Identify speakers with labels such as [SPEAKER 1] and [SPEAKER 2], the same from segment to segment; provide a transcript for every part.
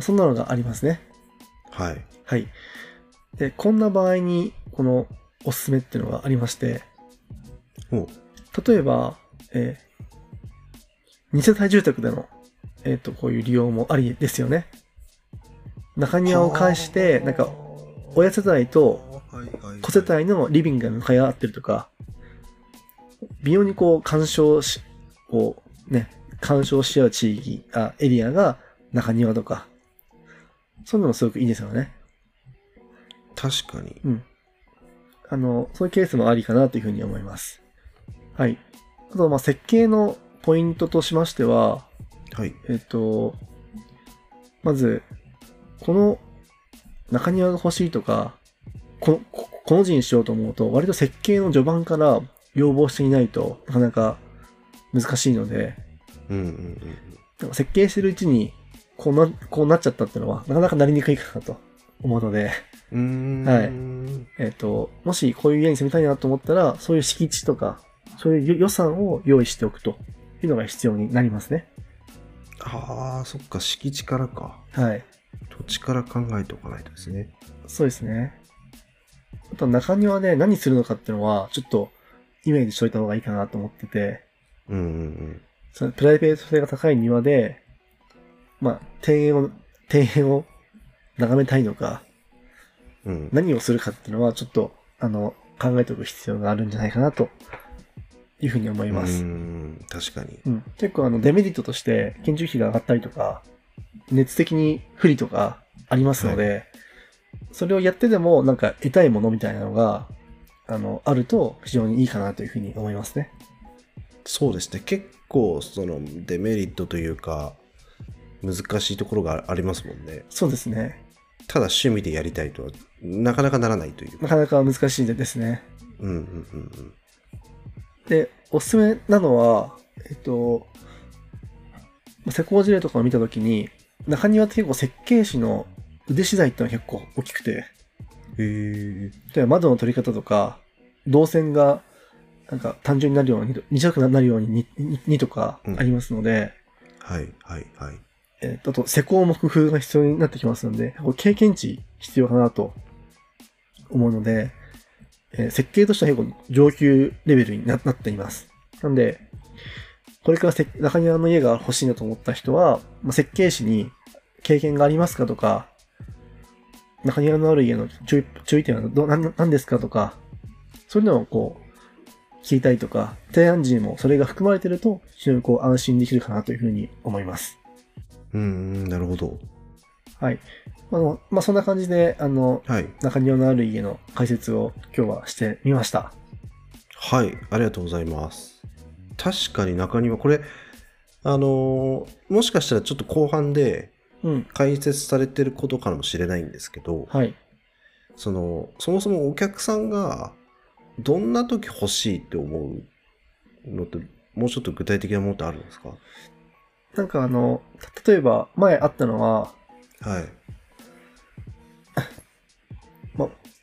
[SPEAKER 1] そんなのがありますね。
[SPEAKER 2] はい。
[SPEAKER 1] はい。で、こんな場合に、このおすすめっていうのがありまして、
[SPEAKER 2] ほ
[SPEAKER 1] 例えば、えー、二世帯住宅での、えっ、と、こういう利用もありですよね。中
[SPEAKER 2] う。
[SPEAKER 1] 庭を介して、なんか、、親世帯と、
[SPEAKER 2] はいはい
[SPEAKER 1] 子世帯のリビングが向かい合ってるとか、微妙にこう、干渉し、こう、ね、干渉し合う地域、あ、エリアが中庭とか、そういうのもすごくいいですよね。
[SPEAKER 2] 確かに。
[SPEAKER 1] うん。あの、そういうケースもありかなというふうに思います。はい。あと、まあ、設計のポイントとしましては、
[SPEAKER 2] はい。
[SPEAKER 1] えっと、まず、この中庭が欲しいとか、この、ここの字にしようと思うと、割と設計の序盤から要望していないとなかなか難しいので、
[SPEAKER 2] うんうんうん
[SPEAKER 1] なんか設計してるうちに、こうな、こうなっちゃったっていうのは、なかなかなりにくいかなと思うので、
[SPEAKER 2] うん。う
[SPEAKER 1] はい
[SPEAKER 2] ーん。
[SPEAKER 1] えっ、と、もしこういう家に住みたいなと思ったら、そういう敷地とか、そういう予予算を用意しておくというのが必要になりますね。
[SPEAKER 2] ああ、そっか、敷地からか。
[SPEAKER 1] はい。
[SPEAKER 2] 土地から考えておかないとですね。
[SPEAKER 1] そうですね。あと中庭で何するのかっていうのは、ちょっとイメージしといた方がいいかなと思ってて、
[SPEAKER 2] うんうん
[SPEAKER 1] そのプライベート性が高い庭で、まあ、庭園を、庭園を眺めたいのか、
[SPEAKER 2] うん。うん。
[SPEAKER 1] 何をするかっていうのは、ちょっと、あの、考えておく必要があるんじゃないかなというふうに思います。
[SPEAKER 2] うん、確かに。
[SPEAKER 1] うん、結構あのデメリットとして建築費が上がったりとか熱的に不利とかありますので、それをやってでもなんか得たいものみたいなのがあのあると非常にいいかなというふうに思いますね。
[SPEAKER 2] そうですね。結構、その、デメリットというか、難しいところがありますもんね。
[SPEAKER 1] そうですね。
[SPEAKER 2] ただ趣味でやりたいとは、なかなかならないという
[SPEAKER 1] な
[SPEAKER 2] か。
[SPEAKER 1] かなか難しいですね。
[SPEAKER 2] うんうんうん
[SPEAKER 1] で、おすすめなのは、えっと、施工事例とかを見たときに、中庭って結構設計士の腕次第ってのが結構大きくて、
[SPEAKER 2] うん。へえ。
[SPEAKER 1] 例えば窓の取り方とか、動線が、なんか単純になるように、短くなるようににににとか
[SPEAKER 2] うん
[SPEAKER 1] ありますので、
[SPEAKER 2] はいはいはい。
[SPEAKER 1] えーあと施工も工夫が必要になってきますので、こう経験値必要かなと思うので、えー設計としては結構上級レベルにななっています。なんで、これからせ中庭の家が欲しいなと思った人は、まあ、設計士に経験がありますかとか、中庭のある家の注意注意点はどなんなんですかとか、そういうのをこう、聞いたりとか、提案時にもそれが含まれてると、非常にこう安心できるかなというふうに思います。
[SPEAKER 2] うんうん、なるほど。
[SPEAKER 1] はい。あの、まあ、そんな感じで、あの、
[SPEAKER 2] はい。
[SPEAKER 1] 中庭のある家の解説を今日はしてみました。
[SPEAKER 2] はい、ありがとうございます。確かに中庭、これ、あのーもしかしたらちょっと後半で
[SPEAKER 1] うん。
[SPEAKER 2] 解説されてることかもしれないんですけど、
[SPEAKER 1] はい。
[SPEAKER 2] その、そもそもお客さんがどんな時欲しいって思うのって、もうちょっと具体的なものってあるん ですか
[SPEAKER 1] なんかあの、た例えば、前あったのは、
[SPEAKER 2] はい。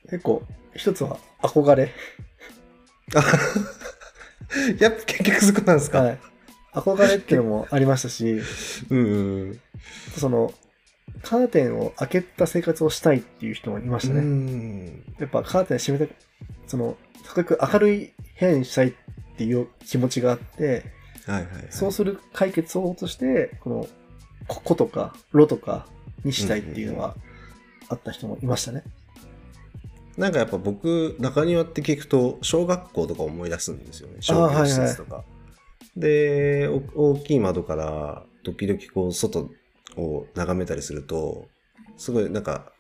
[SPEAKER 1] 結構、一つは憧れ。
[SPEAKER 2] やっぱ結局そこなんですか、
[SPEAKER 1] はい。憧れっていうのもありましたし、
[SPEAKER 2] うんうん
[SPEAKER 1] その、カーテンを開けた生活をしたいっていう人もいまし
[SPEAKER 2] う
[SPEAKER 1] たね。
[SPEAKER 2] ん。
[SPEAKER 1] やっぱカーテン閉めたく、その、とにかく明るい部屋にしたいっていう気持ちがあって、
[SPEAKER 2] はいはい、はい。
[SPEAKER 1] そうする解決法として、この、こことか、ろとかにしたいっていうのはあった人もいましたね。
[SPEAKER 2] なんかやっぱ僕中庭って聞くと小学校とか思い出すんですよね
[SPEAKER 1] あー
[SPEAKER 2] 小学施設とか。でお大きい窓から時々こう外を眺めたりするとすごいなんか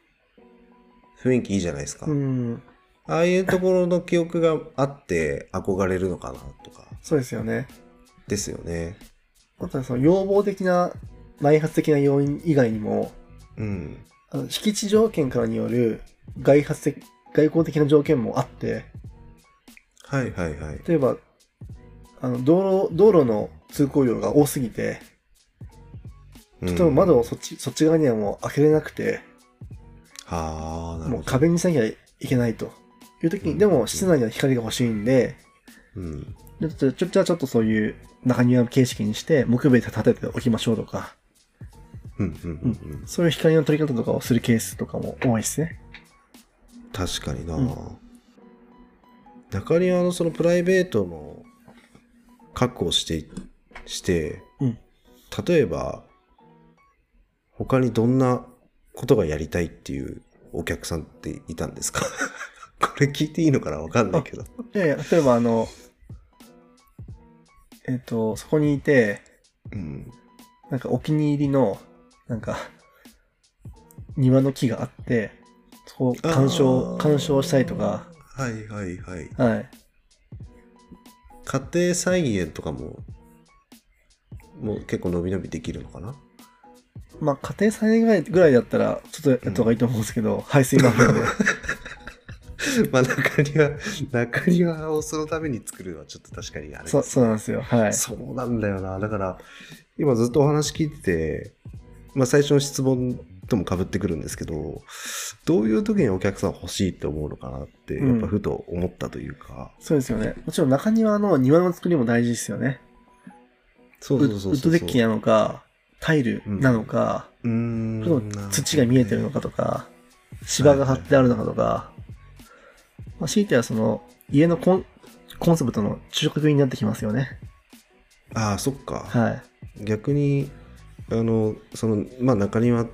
[SPEAKER 2] 雰囲気いいじゃないですか、
[SPEAKER 1] うん、
[SPEAKER 2] ああいうところの記憶があって憧れるのかなとか
[SPEAKER 1] そうですよね。
[SPEAKER 2] ですよね。
[SPEAKER 1] あとはその要望的な、内発的な要因以外にも、
[SPEAKER 2] うん、
[SPEAKER 1] あの敷地条件からによる外発的、外交的な条件もあって、
[SPEAKER 2] はいはいはい。
[SPEAKER 1] 例えば、あの道路、道路の通行量が多すぎて、
[SPEAKER 2] う
[SPEAKER 1] 例え
[SPEAKER 2] ん
[SPEAKER 1] ば窓をそっち、そっち側にはもう開けれなくて、
[SPEAKER 2] はあなる
[SPEAKER 1] も
[SPEAKER 2] ほ
[SPEAKER 1] う
[SPEAKER 2] ど。
[SPEAKER 1] 壁にしなきゃいけないという時
[SPEAKER 2] う
[SPEAKER 1] に、
[SPEAKER 2] ん
[SPEAKER 1] でも室内には光が欲しいんで、
[SPEAKER 2] うん
[SPEAKER 1] ちょっと、ちょじゃあちょっとそういう中庭形式にして、木部で立てておきましょうとか、
[SPEAKER 2] うんうんうんうん。
[SPEAKER 1] そういう光の取り方とかをするケースとかも多いですね。
[SPEAKER 2] 確かにな、
[SPEAKER 1] うん
[SPEAKER 2] 中庭のそのプライベートの確保をしてして、
[SPEAKER 1] うん
[SPEAKER 2] 例えば他にどんなことがやりたいっていうお客さんっていたんですか これ聞いていいのかなわかんないけど
[SPEAKER 1] いやいや、例えばあの、えっ、と、そこにいて、
[SPEAKER 2] うん
[SPEAKER 1] なんかお気に入りの、なんか、庭の木があって、そこを鑑賞、
[SPEAKER 2] あー
[SPEAKER 1] 鑑賞したいとか、
[SPEAKER 2] はいはいはい
[SPEAKER 1] はい。
[SPEAKER 2] 家庭菜園とかももう結構伸び伸びできるのかな
[SPEAKER 1] まあ、家庭菜園ぐらいぐらいだったら、ちょっとやった方がいいと思うんですけど、排水マフで。
[SPEAKER 2] まあ中庭、中庭をそのために作るのはちょっと確かにあれ
[SPEAKER 1] そう、そうなんですよ。はい。
[SPEAKER 2] そうなんだよな。だから、今ずっとお話聞いてて、まあ最初の質問とも被ってくるんですけど、どういう時にお客さん欲しいって思うのかなって、
[SPEAKER 1] うん
[SPEAKER 2] やっぱふと思ったというか。
[SPEAKER 1] そうですよね。もちろん中庭の庭の作りも大事ですよね。
[SPEAKER 2] そうう
[SPEAKER 1] ウ
[SPEAKER 2] そうそうそ
[SPEAKER 1] ッド
[SPEAKER 2] う。
[SPEAKER 1] デッキなのか、タイルなのか、
[SPEAKER 2] うーん。
[SPEAKER 1] それとも土が見えてるのかとか、芝が張ってあるのかとか、まあ、強いてはその、家のコンコンセプトの中核になってきますよね。
[SPEAKER 2] ああ、そっか。
[SPEAKER 1] はい。
[SPEAKER 2] 逆にあのその、まあ、中庭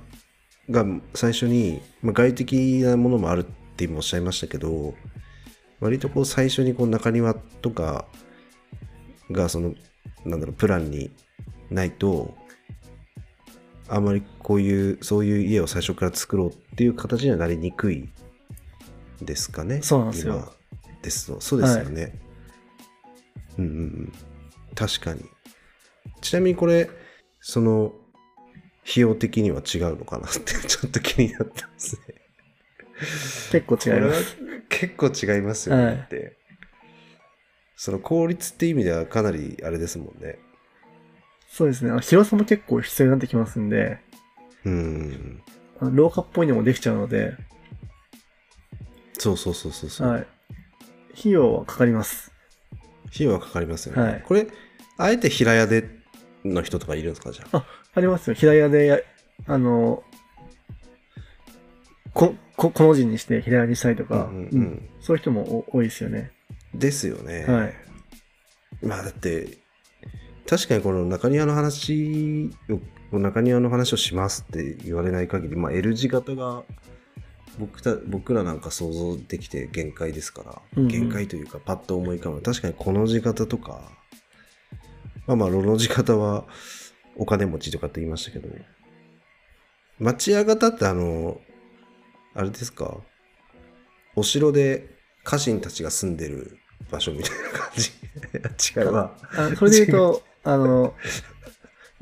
[SPEAKER 2] が最初に、まあ、外的なものもあるって今おっしゃいましたけど割とこう最初にこう中庭とかがそのなんだろうプランにないとあまりこういうそういう家を最初から作ろうっていう形にはなりにくいですかね
[SPEAKER 1] そうなんですよ
[SPEAKER 2] 今ですとそうですよね、うんうんうん確かにちなみにこれ、その、費用的には違うのかなって ちょっと気になったんですね。
[SPEAKER 1] 結構違います。
[SPEAKER 2] これは結構違いますよね、
[SPEAKER 1] はい
[SPEAKER 2] って。その効率って意味ではかなりあれですもんね。
[SPEAKER 1] そうですね。あの広さも結構必要になってきますんで、
[SPEAKER 2] うん。
[SPEAKER 1] あの廊下っぽいのもできちゃうので、
[SPEAKER 2] そうそうそうそうそう。
[SPEAKER 1] はい。費用はかかります。
[SPEAKER 2] 費用はかかりますよね。
[SPEAKER 1] はい
[SPEAKER 2] これ、あえて平屋での人とかいるんですかじゃあ。
[SPEAKER 1] ありますよ。平屋でや、あの、こ、こ、この字にして平屋にしたりとか、
[SPEAKER 2] うんうん
[SPEAKER 1] う
[SPEAKER 2] うん
[SPEAKER 1] んそういう人もお多いですよね。
[SPEAKER 2] ですよね。
[SPEAKER 1] はい。
[SPEAKER 2] まあだって確かにこの中庭の話をこの中庭の話をしますって言われない限り、まあ、L 字型が僕た僕らなんか想像できて限界ですから、
[SPEAKER 1] うんうん
[SPEAKER 2] 限界というかパッと思い浮かぶ確かにこの字型とかまあまあロの字型はお金持ちとかって言いましたけど町屋型ってあのあれですかお城で家臣たちが住んでる場所みたいな感じ 違うわ
[SPEAKER 1] あそれで言う と、あの、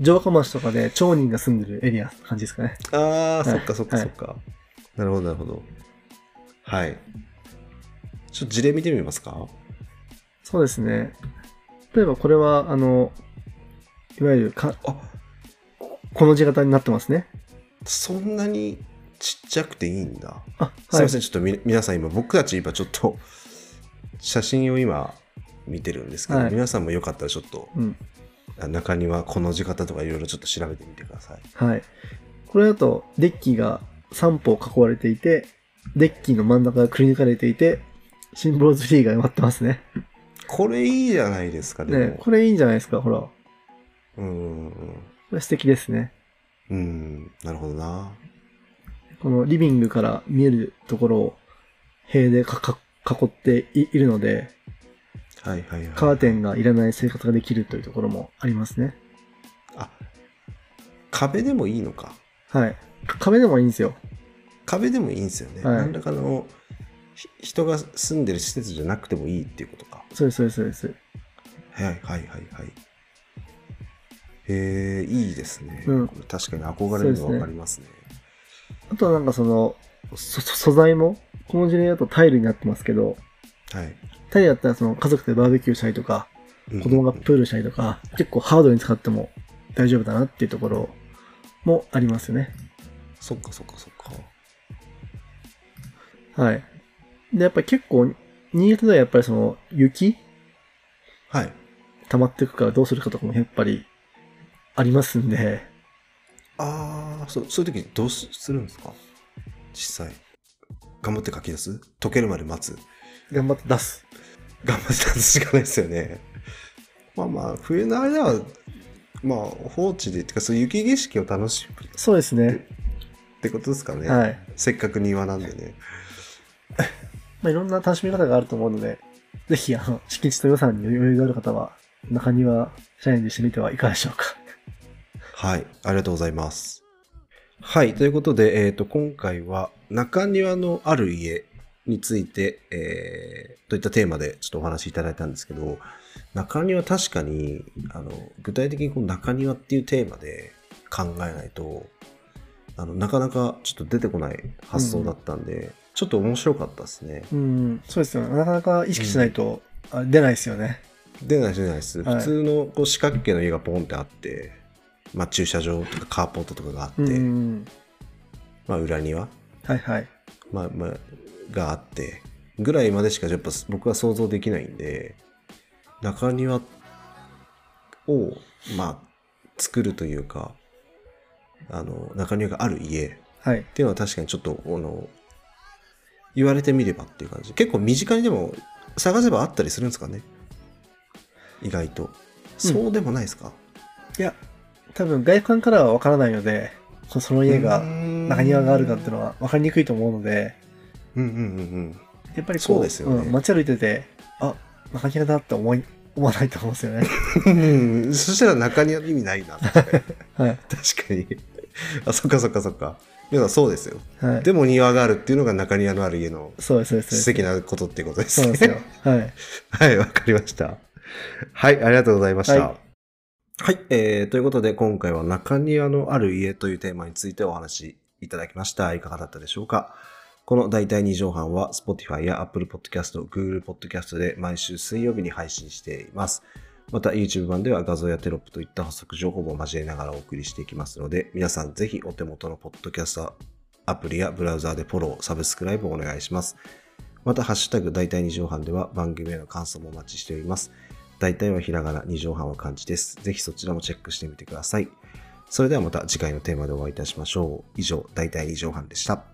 [SPEAKER 1] 城下町とかで町人が住んでるエリア感じですかね。
[SPEAKER 2] ああ、
[SPEAKER 1] はい
[SPEAKER 2] そっかそっかそっか。なるほど、なるほど。はい。ちょっと事例見てみますか
[SPEAKER 1] そうですね。例えばこれは、あの、いわゆるか、
[SPEAKER 2] あ
[SPEAKER 1] この字型になってますね。
[SPEAKER 2] そんなにちっちゃくていいんだ。
[SPEAKER 1] あ、
[SPEAKER 2] すい
[SPEAKER 1] はい
[SPEAKER 2] ません、ちょっとみ皆さん今、僕たち今ちょっと写真を今見てるんですけど、
[SPEAKER 1] はい
[SPEAKER 2] 皆さんもよかったらちょっと
[SPEAKER 1] うん。
[SPEAKER 2] あ中にはこの字型とかいろいろちょっと調べてみてください。
[SPEAKER 1] はい。これだと、デッキが3歩囲われていて、デッキの真ん中がくり抜かれていて、シンボルツリーが埋まってますね。
[SPEAKER 2] これいいじゃないですか、でも。
[SPEAKER 1] ねこれいいんじゃないですか、ほら。こ
[SPEAKER 2] うんうん
[SPEAKER 1] れ素敵ですね。
[SPEAKER 2] うん。うん、なるほどな。
[SPEAKER 1] このリビングから見えるところを塀でかか囲っていいるので、
[SPEAKER 2] はいはいはい。
[SPEAKER 1] カーテンがいらない生活ができるというところもありますね。
[SPEAKER 2] あ壁でもいいのか。
[SPEAKER 1] はい。壁でもいいんですよ。
[SPEAKER 2] 壁でもいいんですよね、
[SPEAKER 1] はい
[SPEAKER 2] 何らかのひ人が住んでる施設じゃなくてもいいっていうことか
[SPEAKER 1] そうです、そうです、そうです。
[SPEAKER 2] はいはいはいはいへえいいですね、
[SPEAKER 1] うん
[SPEAKER 2] これ確かに憧れるの分かりますね
[SPEAKER 1] あとはなんかその、そそ素材も、この事例だとタイルになってますけど、
[SPEAKER 2] はい、
[SPEAKER 1] タイルだったらその家族でバーベキューしたりとか、子供がプールしたりとか、結構ハードに使っても大丈夫だなっていうところもありますよね。
[SPEAKER 2] そっかそっかそっか
[SPEAKER 1] はい。で、やっぱり結構、新潟ではやっぱりその雪
[SPEAKER 2] はい
[SPEAKER 1] 溜まっていくからどうするかとかもやっぱりありますんで、
[SPEAKER 2] ああ、そう、そういう時どうすするんですか実際。頑張って書き出す溶けるまで待つ。
[SPEAKER 1] 頑張って出す。
[SPEAKER 2] 頑張って出すしかないですよね。まあまあ、冬の間は、まあ、放置で、ってか、そういう雪景色を楽しむっ
[SPEAKER 1] そうですね。
[SPEAKER 2] てことですかね。
[SPEAKER 1] はい。
[SPEAKER 2] せっかく庭なんでね。
[SPEAKER 1] まあ、いろんな楽しみ方があると思うので、ぜひ、あの、敷地と予算に余裕がある方は、中庭チャレンジしてみてはいかがでしょうか。
[SPEAKER 2] はい、ありがとうございます。はい、ということで、えっ、と、今回は中庭のある家について、えーといったテーマでちょっとお話しいただいたんですけど、中庭確かに、あの、具体的にこの中庭っていうテーマで考えないと、あの、なかなかちょっと出てこない発想だったんで、ちょっと面白かったですね。
[SPEAKER 1] うん、そうですよね。なかなか意識しないと、あ出ないですよね。
[SPEAKER 2] 出ないです出ないです。
[SPEAKER 1] はい
[SPEAKER 2] 普通のこう四角形の家がポンってあって、まあ駐車場とかカーポットとかがあって、
[SPEAKER 1] うん。
[SPEAKER 2] まあ裏庭
[SPEAKER 1] はいはい。
[SPEAKER 2] まあまあ、があってぐらいまでしかやっぱ僕は想像できないんで中庭をまあ作るというかあの中庭がある家っ
[SPEAKER 1] はい。
[SPEAKER 2] ていうのは確かにちょっとあの言われてみればっていう感じ結構身近にでも探せばあったりするんですかね意外とそうでもないですか、
[SPEAKER 1] いや、多分外観からはわからないので、そその家が、中
[SPEAKER 2] 中
[SPEAKER 1] 庭があるかっていう
[SPEAKER 2] は
[SPEAKER 1] のはわかりにくいと思うので、
[SPEAKER 2] うんうんうん
[SPEAKER 1] やっぱりこう、
[SPEAKER 2] そうですよね
[SPEAKER 1] ん街歩いてて、あ、中庭だって思い、思わないと思うんですよね。
[SPEAKER 2] うんうん そしたら中庭の意味ないな
[SPEAKER 1] はい。
[SPEAKER 2] 確かに。あ、そっかそっかそっか。皆さんそうですよ。
[SPEAKER 1] はい。
[SPEAKER 2] でも庭があるっていうのが中庭のある家の
[SPEAKER 1] そうです、そうです。
[SPEAKER 2] 素敵なことっていうことです
[SPEAKER 1] そう
[SPEAKER 2] ね。。
[SPEAKER 1] ですよはい。
[SPEAKER 2] はい、わかりました。はい、ありがとうございました。は
[SPEAKER 1] はい
[SPEAKER 2] い、えーということで今回は中庭のある家というテーマについてお話しいただきました。いかがだったでしょうかこの大体2畳半は Spotify や Apple Podcast、Google Podcast で毎週水曜日に配信しています。また YouTube 版では画像やテロップといった補足情報も交えながらお送りしていきますので、皆さんぜひお手元のポッドキャストアプリやブラウザーでフォロー、サブスクライブをお願いします。また、ハッシュタグ大体2畳半では番組への感想もお待ちしております。大体はひらがな、2畳半は漢字です。ぜひそちらもチェックしてみてください。それではまた次回のテーマでお会いいたしましょう。以上、大体2畳半でした。